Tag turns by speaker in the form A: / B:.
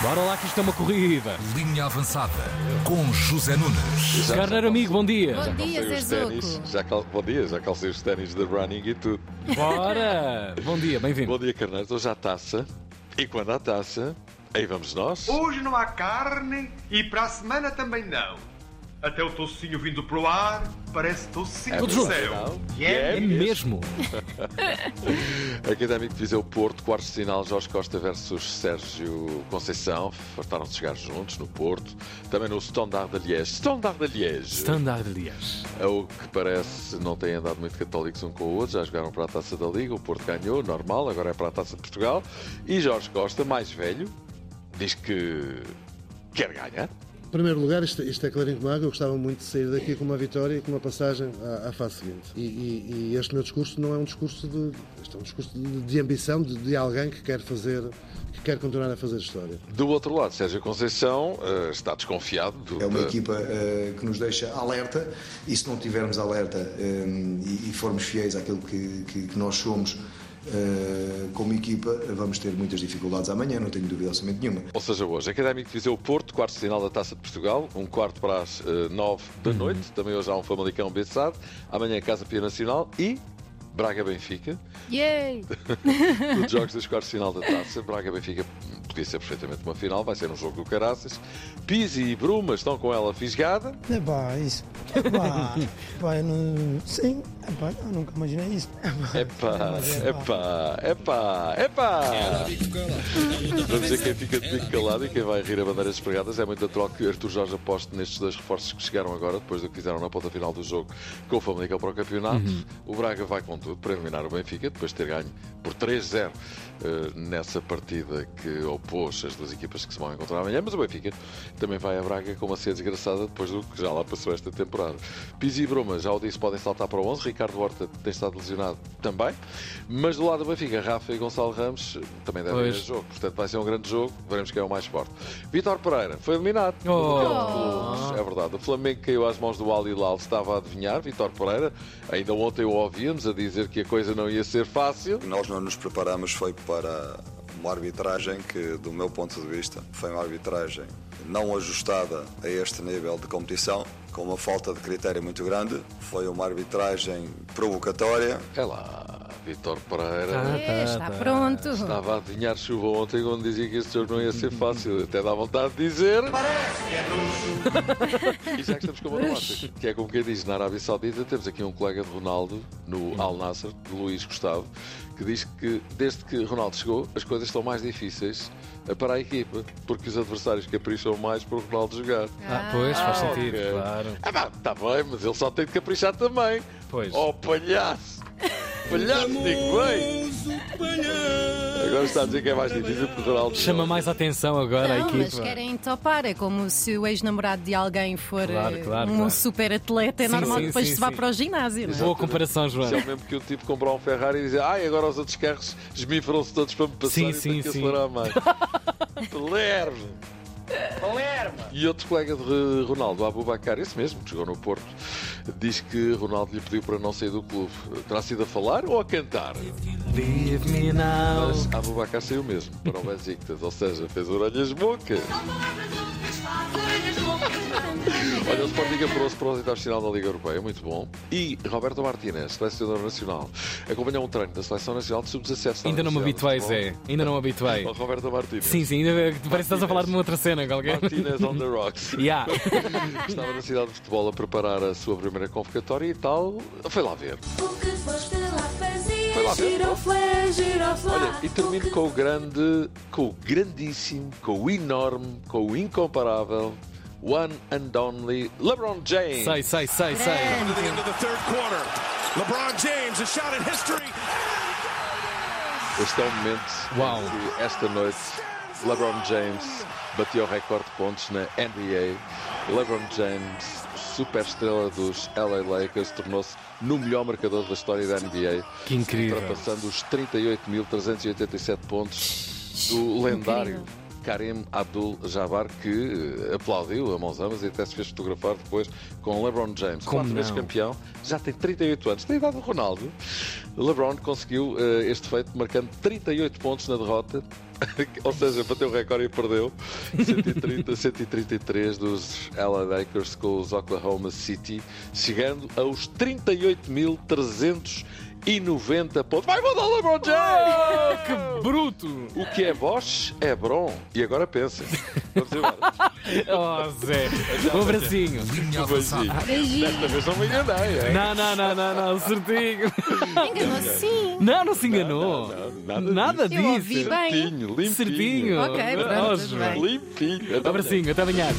A: Bora lá que isto é uma corrida.
B: Linha avançada com José Nunes.
C: Já- já
A: Carneiro amigo, bom dia.
C: Já
D: Bom
C: calcei
D: dia,
C: os
D: Zezuco.
C: ténis, já cal... Bom dia, já calcei os ténis de running e tudo.
A: Bora! Bom dia, bem-vindo.
C: Bom dia, Carneiro. Hoje há taça. E quando há taça, aí vamos nós.
A: Uh!
E: Hoje não há carne e para a semana também não. Até o tocinho vindo pro ar parece tocinho
A: Todos
E: do
A: juntos.
E: céu.
C: E é
A: É mesmo?
C: Académico de Viseu Porto, quarto sinal, Jorge Costa versus Sérgio Conceição. Fartaram de chegar juntos no Porto. Também no Standard de Liège. Standard de Liège.
A: Standard Lias.
C: Ao que parece, não têm andado muito católicos um com o outro. Já jogaram para a taça da Liga. O Porto ganhou, normal. Agora é para a taça de Portugal. E Jorge Costa, mais velho, diz que quer ganhar.
F: Em primeiro lugar, isto, isto é clarinho como água. Eu gostava muito de sair daqui com uma vitória e com uma passagem à, à fase seguinte. E, e- e este meu discurso não é um discurso de. Este é um discurso de, de ambição de, de alguém que quer fazer. que quer continuar a fazer história.
C: Do outro lado, Sérgio Conceição eh, está desconfiado. Do,
G: É uma
C: da-
G: equipa eh, que nos deixa alerta e se não tivermos alerta eh, e, e formos fiéis àquilo que, que- que nós somos eh, como equipa, vamos ter muitas dificuldades amanhã, não tenho dúvida absolutamente nenhuma.
C: Ou seja, hoje, Académico de Viseu Porto, quarto sinal da Taça de Portugal, um quarto para as eh, nove da noite. Também hoje há um Famalicão Bessado. Amanhã, Casa Pia Nacional e Braga Benfica.
D: Yay!
C: Os jogos dos quartos de final da taça, Braga Benfica podia ser perfeitamente uma final, vai ser um jogo do Caraças. Pizzi e Bruma estão com ela fisgada.
H: Epá, É isso. Epá, epá, eu não. Sim, epá, eu nunca imaginei isso. É Epá,
C: Epá,
H: mas
C: epá, epá, epá! Vamos ver quem fica de bico calado e quem vai rir a bandeiras espregadas. É muito natural que Artur Jorge aposte nestes dois reforços que chegaram agora, depois do que fizeram na ponta final do jogo com o Famalicão para o campeonato. O Braga vai com tudo para eliminar o Benfica, depois de ter ganho por 3-0 eh, nessa partida que opôs as duas equipas que se vão encontrar amanhã. Mas o Benfica também vai a Braga com uma ceia desgraçada depois do que já lá passou esta temporada. Pizzi e Bruma, já o disse, podem saltar para o 11. Ricardo Horta tem estado lesionado também. Mas do lado do Benfica, Rafa e Gonçalo Ramos eh, também devem
A: Pois.
C: ir a jogo. Portanto, vai ser um grande jogo. Veremos quem é o mais forte. Vitor Pereira foi eliminado.
A: Oh.
C: É verdade. O Flamengo caiu às mãos do Al Hilal. Estava a adivinhar. Vitor Pereira, ainda ontem o ouvíamos a dizer que a coisa não ia ser fácil.
I: que nós não nos preparamos foi para uma arbitragem que, do meu ponto de vista, foi uma arbitragem não ajustada a este nível de competição, com uma falta de critério muito grande. Foi uma arbitragem provocatória,
C: É lá, Vitor Pereira.
A: Ah,
D: É,
A: tá, tá.
D: está pronto.
C: Estava a adivinhar chuva ontem quando dizia que este jogo não ia ser fácil. Até dá vontade de dizer. Parece que é E já que estamos com uma nota, que é como quem diz na Arábia Saudita, temos aqui um colega de Ronaldo, no Al Nasser, de Luís Gustavo, que diz que desde que Ronaldo chegou, as coisas estão mais difíceis para a equipa, porque os adversários capricham mais para o Ronaldo jogar.
A: Ah, pois, faz
C: Ah,
A: sentido,
C: ok.
A: claro.
C: Ah, pá, tá bem, mas ele só tem de caprichar também.
A: Pois.
C: Oh, palhaço! Palhaço, digo bem! Agora está a dizer que é mais difícil porque o Ronaldo.
A: Chama mais atenção agora a
D: Não, mas
A: equipa.
D: querem topar. É como se o ex-namorado de alguém for
A: Claro,
D: eh,
A: claro,
D: um
A: claro.
D: super atleta. É
A: Sim,
D: normal
A: sim,
D: que depois
A: sim,
D: se vá
A: sim.
D: para o ginásio. não é?
A: Boa comparação,
C: Isso é
A: Joana.
C: o mesmo que o tipo comprar um Ferrari e dizer ai, agora os outros carros esmifram-se todos para me passar
A: Sim,
C: e
A: sim,
C: tenho que
A: sim.
C: acelerar mais. Palermo! Palermo! E outro colega de eh, Ronaldo, Abubacar, esse mesmo, que jogou no Porto, diz que Ronaldo lhe pediu para não sair do clube. Terá sido a falar ou a cantar?
A: Leave me now.
C: Mas Abubacar saiu mesmo para o Besiktas, ou seja, fez orelhas bocas. Olha, o Sporting apurou-se para os oitavos de final da Liga Europeia, muito bom. E Roberto Martínez, selecionador nacional, acompanhou um treino da Seleção Nacional de Sub-17. Está
A: Ainda não me
C: anunciado,
A: habituei, Zé. Ainda não me habituei.
C: bom? Ó, Roberto Martínez.
A: Sim, sim, ainda parece que estás a falar de uma outra cena, qualquer.
C: Martínez on the rocks.
A: Yeah.
C: Estava na cidade de futebol a preparar a sua primeira convocatória e tal. Foi lá ver.
J: O que foste lá fazer?
C: Foi lá ver.
J: Giroflé, giroflé.
C: Olha, e termino com o grande, com o grandíssimo, com o enorme, com o incomparável, one and only LeBron James.
A: Sei, sei, sei, sei.
C: Este é o momento
A: Uau.
C: em que esta noite LeBron James bateu o recorde de pontos na NBA. LeBron James, superestrela dos LA Lakers, tornou-se no melhor marcador da história da NBA,
A: Que incrível.
C: ultrapassando os 38.387 pontos do lendário Karim Abdul-Jabbar, que eh, aplaudiu a Monzamas e até se fez fotografar depois com LeBron James,
A: Como
C: quatro vezes
A: não?
C: campeão, já tem 38 anos, tem a idade do Ronaldo. LeBron conseguiu eh, este feito marcando 38 pontos na derrota. Ou seja, bateu o recorde e perdeu 130, 133 dos LA Lakers com os Oklahoma City, chegando aos 38.390 pontos. Vai voltar o LeBron James!
A: que bruto!
C: O que é Bosch é Bron. E agora pensa. Vamos embora.
A: Oh, Zé. Um abracinho.
B: Linha avançada.
C: Desta vez não me enganei, é?
A: Não, não, não, não, não, certinho.
D: Enganou-se sim.
A: Não, não se enganou. Nada
D: Eu ouvi
A: disso.
D: bem.
C: Limpinho, limpinho.
A: Certinho.
D: Ok,
A: Oh,
D: pronto, tudo
A: Zé.
D: bem.
C: Limpinho.
A: Abracinho, até amanhã.